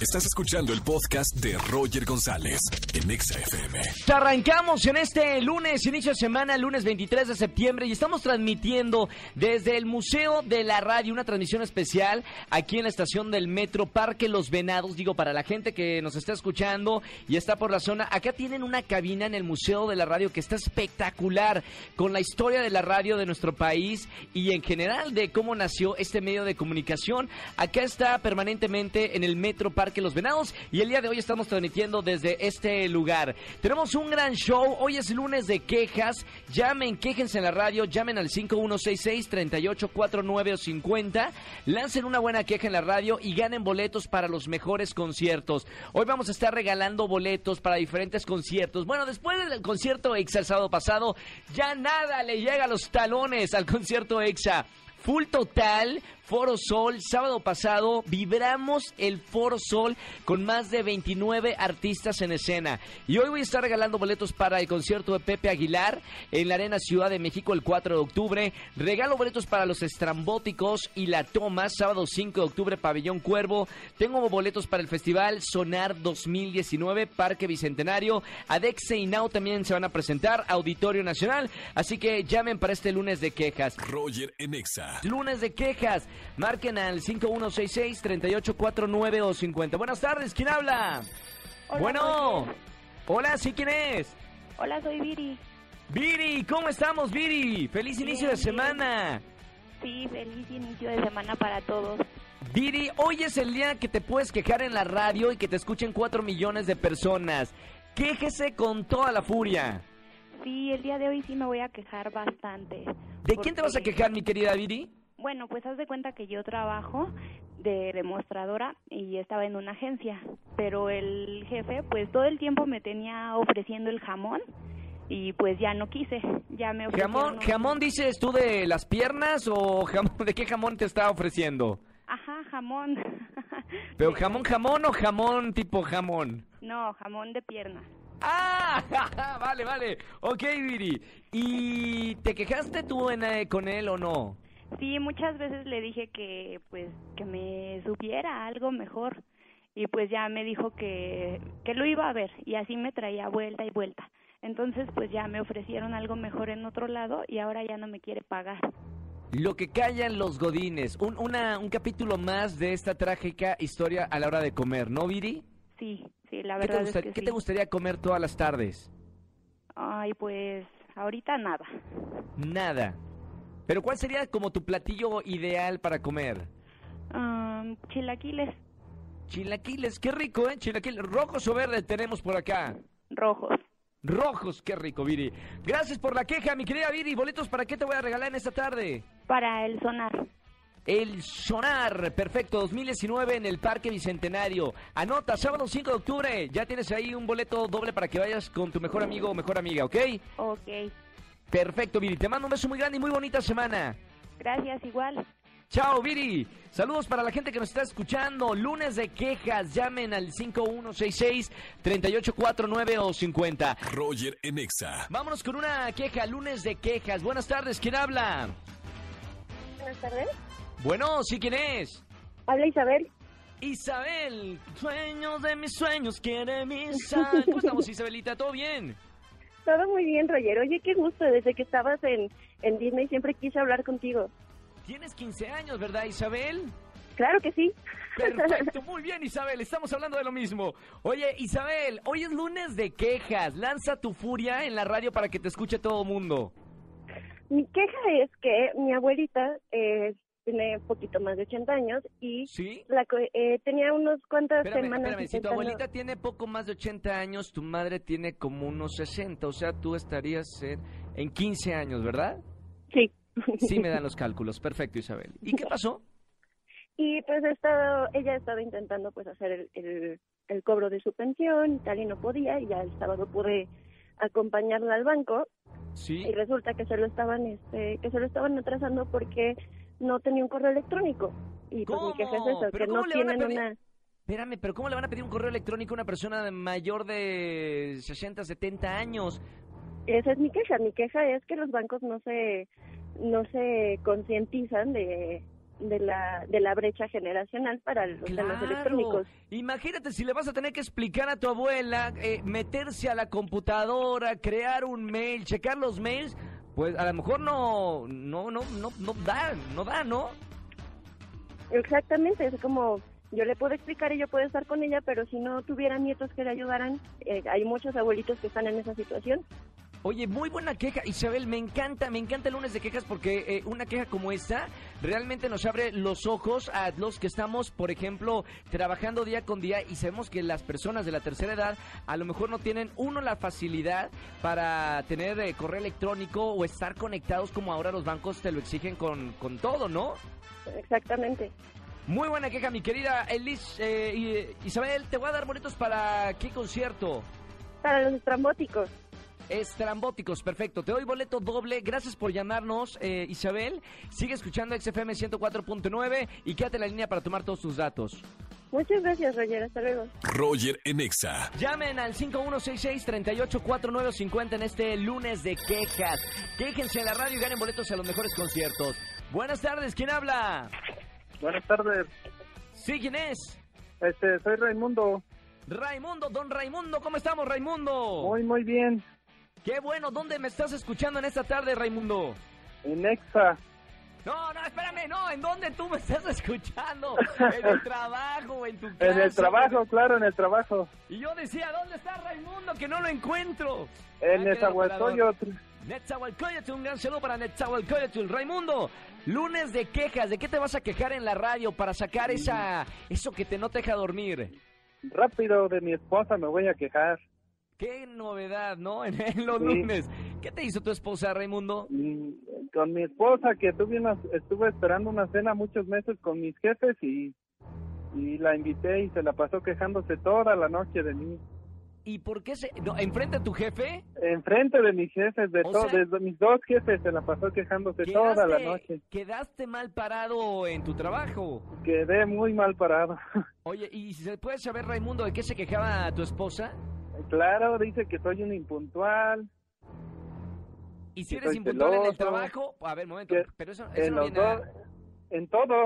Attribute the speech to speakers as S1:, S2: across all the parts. S1: Estás escuchando el podcast de Roger González en Exa FM.
S2: Arrancamos en este lunes, inicio de semana, lunes 23 de septiembre, y estamos transmitiendo desde el Museo de la Radio, una transmisión especial aquí en la estación del Metro Parque Los Venados. Digo, para la gente que nos está escuchando y está por la zona, acá tienen una cabina en el Museo de la Radio que está espectacular con la historia de la radio de nuestro país y en general de cómo nació este medio de comunicación. Acá está permanentemente en el Metro Parque Los Venados y el día de hoy estamos transmitiendo desde este lugar. Tenemos un gran show. Hoy es lunes de quejas. Llamen, quéjense en la radio. Llamen al 5166-3849 o 50. Lancen una buena queja en la radio y ganen boletos para los mejores conciertos. Hoy vamos a estar regalando boletos para diferentes conciertos. Bueno, después del concierto EXA el sábado pasado, ya nada le llega a los talones al concierto EXA. Full total, Foro Sol, sábado pasado vibramos el Foro Sol con más de 29 artistas en escena. Y hoy voy a estar regalando boletos para el concierto de Pepe Aguilar en la Arena Ciudad de México el 4 de octubre. Regalo boletos para los estrambóticos y la toma, sábado 5 de octubre, Pabellón Cuervo. Tengo boletos para el festival Sonar 2019, Parque Bicentenario. Adexe y Now también se van a presentar, Auditorio Nacional. Así que llamen para este lunes de quejas.
S1: Roger en Exa.
S2: Lunes de quejas. Marquen al 5166-3849 o 50. Buenas tardes, ¿quién habla?
S3: Hola,
S2: bueno,
S3: Jorge.
S2: hola, ¿sí quién es?
S3: Hola, soy Viri.
S2: Viri, ¿cómo estamos, Viri? Feliz
S3: Bien,
S2: inicio de
S3: bien.
S2: semana.
S3: Sí, feliz inicio de semana para todos.
S2: Viri, hoy es el día que te puedes quejar en la radio y que te escuchen 4 millones de personas. Quéjese con toda la furia.
S3: Sí, el día de hoy sí me voy a quejar bastante.
S2: ¿De quién te vas a
S3: porque-
S2: quejar, mi querida Viri?
S3: Bueno, pues haz de cuenta que yo trabajo de demostradora y estaba en una agencia, pero el jefe pues todo el tiempo me tenía ofreciendo el jamón y pues ya no quise, ya me ofreció
S2: ¿Jamón,
S3: uno-
S2: jamón dices tú de las piernas o jamón, de qué jamón te está ofreciendo?
S3: Ajá, jamón.
S2: ¿Pero
S3: De-
S2: jamón jamón o jamón tipo jamón?
S3: No, jamón de pierna.
S2: Ah, vale, vale. Ok, Viri. ¿Y te quejaste tú en, eh, con él o no?
S3: Sí, muchas veces le dije que pues que me supiera algo mejor y pues ya me dijo que que lo iba a ver y así me traía vuelta y vuelta. Entonces pues ya me ofrecieron algo mejor en otro lado y ahora ya no me quiere pagar.
S2: Lo que callan los godines. Un, una- un capítulo más de esta trágica historia a la hora de comer, ¿no, Viri?
S3: Sí, sí, la
S2: ¿Qué te,
S3: verdad
S2: gusta-
S3: es que
S2: qué
S3: sí.
S2: te gustaría comer todas las tardes?
S3: Ay, pues ahorita nada.
S2: Nada. Pero ¿cuál sería como tu platillo ideal para comer?
S3: Am, chilaquiles
S2: Chilaquiles, qué rico, ¿eh? Chilaquiles, rojos o verdes tenemos por acá.
S3: rojos.
S2: Rojos, qué rico, Viri. Gracias por la queja, mi querida Viri. Boletos para qué te voy a regalar en esta tarde.
S3: Para el sonar.
S2: El Sonar, perfecto, 2019 en el Parque Bicentenario. Anota, sábado 5 de octubre. Ya tienes ahí un boleto doble para que vayas con tu mejor amigo o mejor amiga, ¿ok?
S3: Ok,
S2: Perfecto, Viri. Te mando un beso muy grande y muy bonita semana.
S3: gracias igual.
S2: Chao, Viri. Saludos para la gente que nos está escuchando. Lunes de quejas, llamen al 5166-3849 o 50.
S1: Roger en Exa.
S2: Vámonos con una queja, lunes de quejas. Buenas tardes, ¿quién habla?
S4: Buenas tardes.
S2: Bueno, ¿sí quién es?
S4: Habla Isabel.
S2: Isabel, sueños de mis sueños, quiere mi sal. ¿Cómo estamos, Isabelita? ¿Todo bien?
S4: Todo muy bien, Roger. Oye, qué gusto. Desde que estabas en, en Disney siempre quise hablar contigo.
S2: Tienes 15 años, ¿verdad, Isabel?
S4: Claro que sí.
S2: Perfecto, muy bien, Isabel, estamos hablando de lo mismo. Oye, Isabel, hoy es lunes de quejas. Lanza tu furia en la radio para que te escuche todo el mundo.
S4: Mi queja es que mi abuelita eh, tiene poquito más de 80 años y
S2: ¿Sí?
S4: la co- eh, tenía unos cuantas
S2: Espérame,
S4: semanas
S2: espérame, si tu
S4: intentando-
S2: abuelita tiene poco más de 80 años, tu madre tiene como unos 60, o sea, tú estarías en, en 15 años, ¿verdad?
S4: Sí.
S2: Sí me dan los cálculos, perfecto, Isabel. ¿Y qué pasó?
S4: Y pues ha estado, ella ha estado intentando pues hacer el, el, el cobro de su pensión y tal y no podía y ya el sábado pude acompañarla al banco
S2: Sí.
S4: y resulta que se lo estaban este que se lo estaban atrasando porque no tenía un correo electrónico y pues
S2: ¿Cómo?
S4: mi queja es eso
S2: ¿Pero
S4: que no
S2: cómo le van a
S4: tienen
S2: pedir?
S4: una
S2: Espérame, pero ¿cómo le van a pedir un correo electrónico a una persona de mayor de 60, 70 años?
S4: esa es mi queja mi queja es que los bancos no se no se concientizan de de la, de la brecha generacional para los temas electrónicos.
S2: Imagínate si le vas a tener que explicar a tu abuela, eh, meterse a la computadora, crear un mail, checar los mails, pues a lo mejor no, no, no, no, no da, no da, ¿no?
S4: Exactamente, es como yo le puedo explicar y yo puedo estar con ella, pero si no tuviera nietos que le ayudaran, eh, hay muchos abuelitos que están en esa situación.
S2: Oye, muy buena queja, Isabel, me encanta, me encanta el lunes de quejas porque eh, una queja como esta realmente nos abre los ojos a los que estamos, por ejemplo, trabajando día con día y sabemos que las personas de la tercera edad a lo mejor no tienen uno la facilidad para tener eh, correo electrónico o estar conectados como ahora los bancos te lo exigen con, con todo, ¿no?
S4: Exactamente.
S2: Muy buena queja, mi querida Elis, eh, y- eh, Isabel, te voy a dar boletos para qué concierto.
S4: Para los estrambóticos.
S2: Estrambóticos, perfecto. Te doy boleto doble. Gracias por llamarnos, eh, Isabel. Sigue escuchando XFM 104.9 y quédate en la línea para tomar todos tus datos.
S4: Muchas gracias, Roger. Hasta luego.
S1: Roger en Exa.
S2: Llamen al 5166-384950 en este lunes de quejas. Quéjense en la radio y ganen boletos a los mejores conciertos. Buenas tardes, ¿quién habla?
S5: Buenas tardes.
S2: Sí, ¿quién es?
S5: Este, soy Raimundo.
S2: Raimundo, don Raimundo, ¿cómo estamos, Raimundo?
S5: Muy, muy bien.
S2: Qué bueno, ¿dónde me estás escuchando en esta tarde, Raimundo?
S5: En Exa.
S2: No, no, espérame, no, ¿en dónde tú me estás escuchando? ¿En el trabajo, en tu casa?
S5: En el trabajo, claro, en el trabajo.
S2: Y yo decía, ¿dónde está Raimundo? Que no lo encuentro.
S5: En
S2: Ah,
S5: el
S2: qué
S5: Zahualcoyo.
S2: devorador. Netzahualcóyotl, un gran saludo para Netzahualcóyotl. Raimundo, lunes de quejas, ¿de qué te vas a quejar en la radio para sacar esa, eso que te no te deja dormir?
S5: Rápido de mi esposa me voy a quejar.
S2: Qué novedad, ¿no? En, en los
S5: Sí.
S2: lunes. ¿Qué te hizo tu esposa, Raimundo?
S5: Mm, Con mi esposa que tuve una, estuve esperando una cena muchos meses con mis jefes y, y la invité y se la pasó quejándose toda la noche de mí.
S2: ¿Y por qué se... No, ¿Enfrente a tu jefe?
S5: Enfrente de mis jefes, de
S2: O
S5: todos,
S2: sea-
S5: de mis dos jefes se la pasó quejándose toda la noche.
S2: quedaste mal parado en tu trabajo.
S5: Quedé muy mal parado.
S2: Oye, ¿y si se puede saber, Raimundo, de qué se quejaba tu esposa?
S5: Claro, dice que soy un impuntual.
S2: ¿Y si
S5: Que
S2: eres
S5: soy
S2: impuntual en el
S5: celoso.
S2: trabajo? A ver, un momento,
S5: Que-
S2: pero eso, eso
S5: En
S2: no
S5: los
S2: viene
S5: dos.
S2: a-
S5: En todo.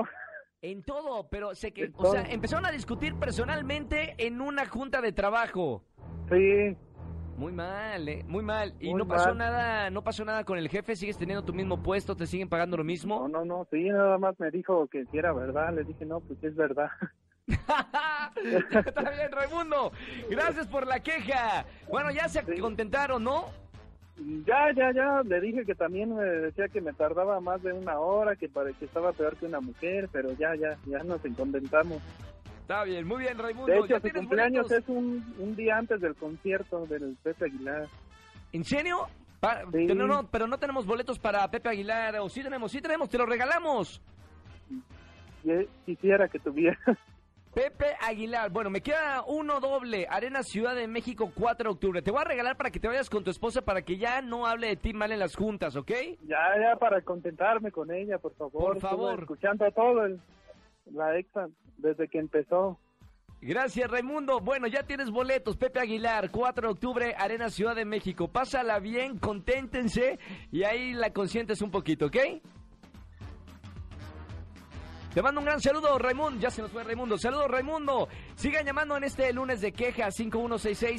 S2: En todo, pero sé que...
S5: En
S2: O sea,
S5: todo.
S2: empezaron a discutir personalmente en una junta de trabajo.
S5: Sí.
S2: Muy mal, eh, muy mal. ¿Y
S5: Muy
S2: no pasó
S5: mal.
S2: nada no pasó nada con el jefe? ¿Sigues teniendo tu mismo puesto? ¿Te siguen pagando lo
S5: No,
S2: mismo?
S5: no, no. Sí, nada más me dijo que si era verdad. Le dije, no, pues es verdad.
S2: Está bien, Raimundo. Gracias por la queja. Bueno, ya se
S5: Sí.
S2: contentaron, ¿no?
S5: Ya, ya, ya. Le dije que también me decía que me tardaba más de una hora, que parecía que estaba peor que una mujer, pero ya, ya, ya nos contentamos.
S2: Está bien, muy bien, Raimundo.
S5: De
S2: ya
S5: hecho, su
S2: tienes
S5: cumpleaños
S2: boletos.
S5: es un, un día antes del concierto del Pepe Aguilar.
S2: ¿En serio? Pa-
S5: Sí.
S2: No, no, pero no tenemos boletos para Pepe Aguilar. O sí tenemos, sí tenemos, te los regalamos.
S5: Y- Quisiera que tuviera.
S2: Pepe Aguilar. Bueno, me queda uno doble. Arena Ciudad de México, 4 de octubre. Te voy a regalar para que te vayas con tu esposa para que ya no hable de ti mal en las juntas, ¿ok?
S5: Ya, ya, para contentarme con ella, por favor.
S2: Por
S5: Estuve
S2: favor.
S5: Escuchando todo el, la exa desde que empezó.
S2: Gracias, Raimundo. Bueno, ya tienes boletos. Pepe Aguilar, 4 de octubre, Arena Ciudad de México. Pásala bien, conténtense y ahí la consientes un poquito, ¿ok? Te mando un gran saludo, Raimundo. Ya se nos fue Raimundo. Saludos, Raimundo. Sigan llamando en este lunes de quejas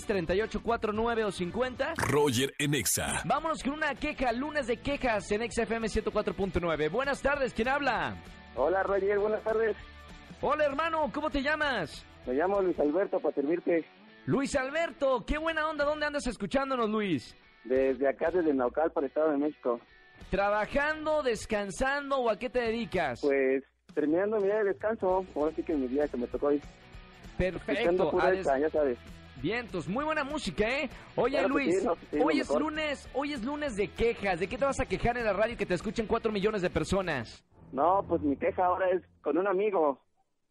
S2: 5166-3849 o 50.
S1: Roger en Exa.
S2: Vámonos con una queja, lunes de quejas en XFM 104.9. Buenas tardes, ¿quién habla?
S6: Hola Roger, buenas tardes.
S2: Hola, hermano, ¿cómo te llamas?
S6: Me llamo Luis Alberto para servirte
S2: Luis Alberto, qué buena onda, ¿dónde andas escuchándonos, Luis?
S6: desde acá, desde Naucal, para el Estado de México.
S2: ¿Trabajando, descansando o a qué te dedicas?
S6: Pues terminando mi día de descanso, ahora sí que mi día que me tocó hoy. Escuchando
S2: Perfecto.
S6: pura
S2: a des-
S6: esta, ya sabes.
S2: Vientos, muy buena música, ¿eh? Oye,
S6: Claro que
S2: Luis,
S6: sí, no, sí,
S2: hoy
S6: lo
S2: es
S6: mejor.
S2: lunes, hoy es lunes de quejas. ¿De qué te vas a quejar en la radio que te escuchen cuatro millones de personas?
S6: No, pues mi queja ahora es con un amigo.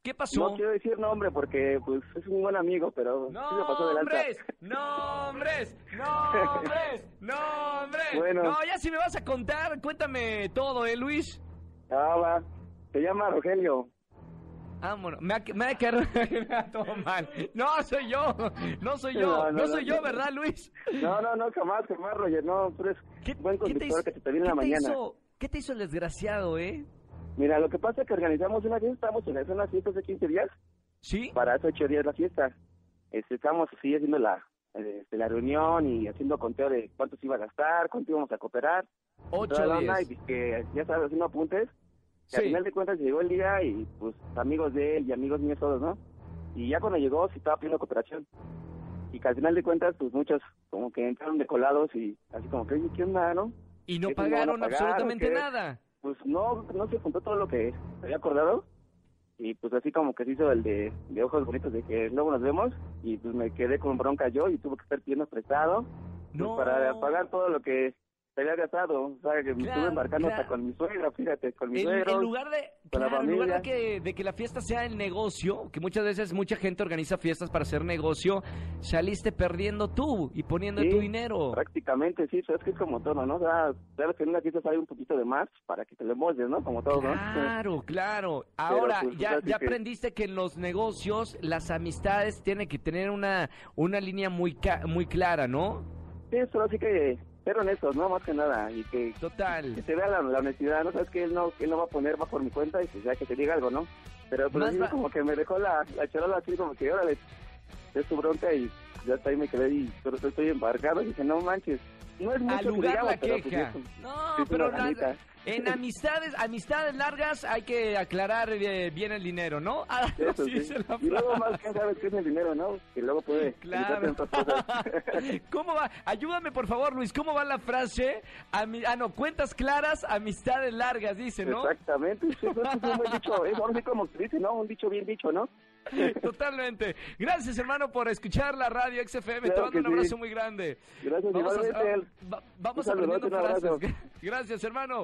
S2: ¿Qué pasó?
S6: No quiero decir nombre porque pues es un buen amigo, pero sí le pasó de lanza.
S2: Nombres, nombres, nombres, nombres.
S6: Bueno.
S2: No, ya si me vas a contar, cuéntame todo, ¿eh, Luis?
S6: Ah, va. Se llama Rogelio.
S2: Vámonos, me ha, me ha quedado todo mal. No, soy yo, no soy yo, no,
S6: No, no, no,
S2: soy yo,
S6: no.
S2: ¿verdad, Luis?
S6: No, no, no, jamás, jamás, Roger. No, tú eres buen
S2: qué te
S6: conductor
S2: hizo-
S6: que se te viene en la
S2: qué te
S6: mañana.
S2: hizo- ¿Qué te hizo el desgraciado, eh?
S6: Mira, lo que pasa es que organizamos una fiesta, estamos organizando las fiestas de 15 días,
S2: ¿Sí?
S6: para esos 8 días la fiesta. Este, estamos así haciendo la, este, la reunión y haciendo conteo de cuánto se iba a gastar, cuánto íbamos a cooperar. toda
S2: Ocho
S6: la onda,
S2: días.
S6: Y que, ya sabes, haciendo apuntes. Y al
S2: Sí.
S6: final de cuentas llegó el día y pues amigos de él y amigos míos todos, ¿no? Y ya cuando llegó se estaba pidiendo cooperación. Y que al final de cuentas pues muchos como que entraron de colados y así como que, oye, ¿qué onda, no?
S2: Y no
S6: ¿Eso no van a
S2: pagaron
S6: pagar,
S2: absolutamente
S6: o qué?
S2: nada.
S6: Pues no, no se juntó todo lo que se había acordado. Y pues así como que se hizo el de, de ojos bonitos de que luego nos vemos. Y pues me quedé con bronca yo y tuve que estar pidiendo prestado pues,
S2: No.
S6: para pagar todo lo que se había gastado. O sea, que me
S2: Claro,
S6: estuve embarcando
S2: claro.
S6: hasta con mi suegra, fíjate, con mi
S2: En,
S6: suegro.
S2: en lugar de,
S6: con la
S2: claro, en lugar de
S6: familia.
S2: que, de que la fiesta sea el negocio, que muchas veces mucha gente organiza fiestas para hacer negocio, saliste perdiendo tú y poniendo
S6: Sí,
S2: tu dinero.
S6: Prácticamente, sí, sabes que es como todo, ¿no? O sea, sabes que en una fiesta sale un poquito de más para que te lo moldes, ¿no? Como todo, ¿no?
S2: Claro, claro. Ahora
S6: pues,
S2: ya,
S6: ahora sí
S2: ya
S6: que-
S2: aprendiste que en los negocios las amistades tienen que tener una, una línea muy, ca- muy clara, ¿no?
S6: Sí, pero así que ser honestos, ¿no? Más que nada. Y que, que
S2: Total.
S6: se vea la, la honestidad, ¿no? Sabes que él no, que él no va a poner más por mi cuenta y que sea que te diga algo, ¿no? Pero pues
S2: Más
S6: así
S2: va-
S6: como que me dejó la, la charola así como que, órale, es tu bronca y ya hasta ahí me quedé y pero estoy embarcado y dije, no manches. No es mucho
S2: Al
S6: que
S2: lugar
S6: digamos,
S2: la
S6: pero, pues,
S2: queja.
S6: sí es un- sí
S2: No,
S6: es
S2: pero
S6: una
S2: la-
S6: lanita.
S2: en amistades, amistades largas hay que aclarar eh, bien el dinero, ¿no? Ah, no,
S6: Eso
S2: sí,
S6: sí.
S2: se la
S6: Y luego más que sabes que es el dinero, ¿no? Que luego puede evitar
S2: Claro.
S6: tantas cosas.
S2: ¿Cómo va? Ayúdame, por favor, Luis. ¿Cómo va la frase? Ami- ah, no, cuentas claras, amistades largas, dice, ¿no?
S6: Exactamente, sí, eso es un buen dicho, es ahora sí como se dice, ¿no? Un dicho bien dicho, ¿no?
S2: Totalmente. Gracias, hermano, por escuchar la radio XFM. Te
S6: Claro
S2: mando un
S6: que sí.
S2: abrazo muy grande.
S6: Gracias,
S2: Vamos, a,
S6: igualmente. él.
S2: va- vamos
S6: Un
S2: aprendiendo
S6: saludote, un abrazo.
S2: frases. Gracias, hermano.